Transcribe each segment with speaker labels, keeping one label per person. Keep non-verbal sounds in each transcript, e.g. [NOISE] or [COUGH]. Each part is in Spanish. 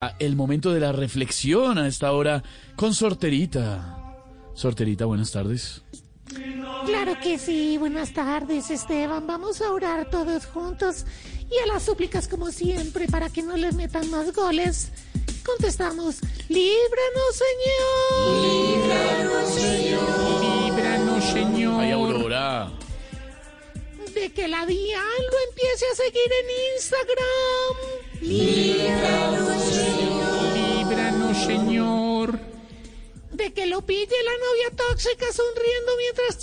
Speaker 1: Ah, el momento de la reflexión a esta hora con Sorterita. Sorterita, buenas tardes.
Speaker 2: Claro que sí, buenas tardes Esteban, vamos a orar todos juntos y a las súplicas como siempre para que no les metan más goles, contestamos, líbranos Señor. Líbranos Señor.
Speaker 3: Líbranos, Señor.
Speaker 1: Ay, Aurora.
Speaker 2: De que la dial lo empiece a seguir en Instagram. Líbranos Señor.
Speaker 3: Líbranos, Señor.
Speaker 2: De que lo pille la novia tóxica sonriendo mientras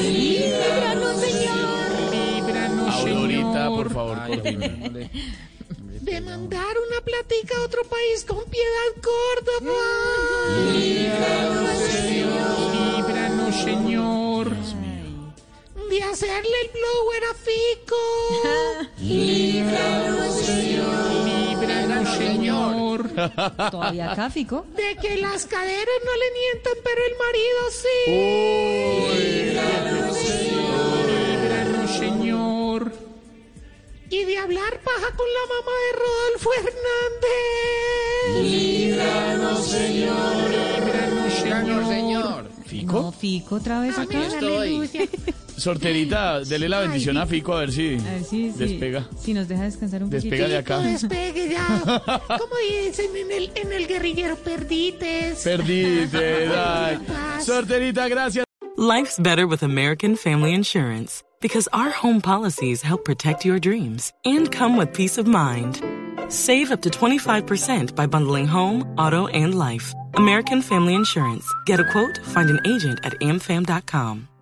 Speaker 2: chatea en el celular. Líbranos, Señor.
Speaker 3: Líbranos,
Speaker 1: Aurorita, por favor, coordina.
Speaker 2: De mandar una platica a otro país con piedad Córdoba. Líbranos, Señor.
Speaker 3: Líbranos, Señor.
Speaker 1: Dios mío.
Speaker 2: De hacerle el blower a Fico. Líbranos, Señor.
Speaker 3: Líbranos, Señor.
Speaker 4: [LAUGHS] Todavía acá, Fico.
Speaker 2: De que las caderas no le mientan, pero el marido sí.
Speaker 3: Líbranos, Señor.
Speaker 2: Y de hablar paja con la mamá de Rodolfo Hernández. Líbranos, Señor.
Speaker 3: Líbranos, Señor.
Speaker 4: No,
Speaker 1: ¿Fico?
Speaker 4: Fico otra
Speaker 1: Ah,
Speaker 4: vez acá.
Speaker 1: Sorterita, dele la bendición a Fico a ver si
Speaker 4: A ver si- si-
Speaker 1: despega.
Speaker 4: Si nos deja descansar un
Speaker 1: Despega de
Speaker 4: poquito.
Speaker 1: acá.
Speaker 2: despegue ya. Como dicen en el, en el guerrillero, perdites.
Speaker 1: Perdite, ay. Sorterita, gracias.
Speaker 5: Life's better with American Family Insurance because our home policies help protect your dreams and come with peace of mind. Save up to 25% by bundling home, auto, and life. American Family Insurance. Get a quote, find an agent at amfam.com.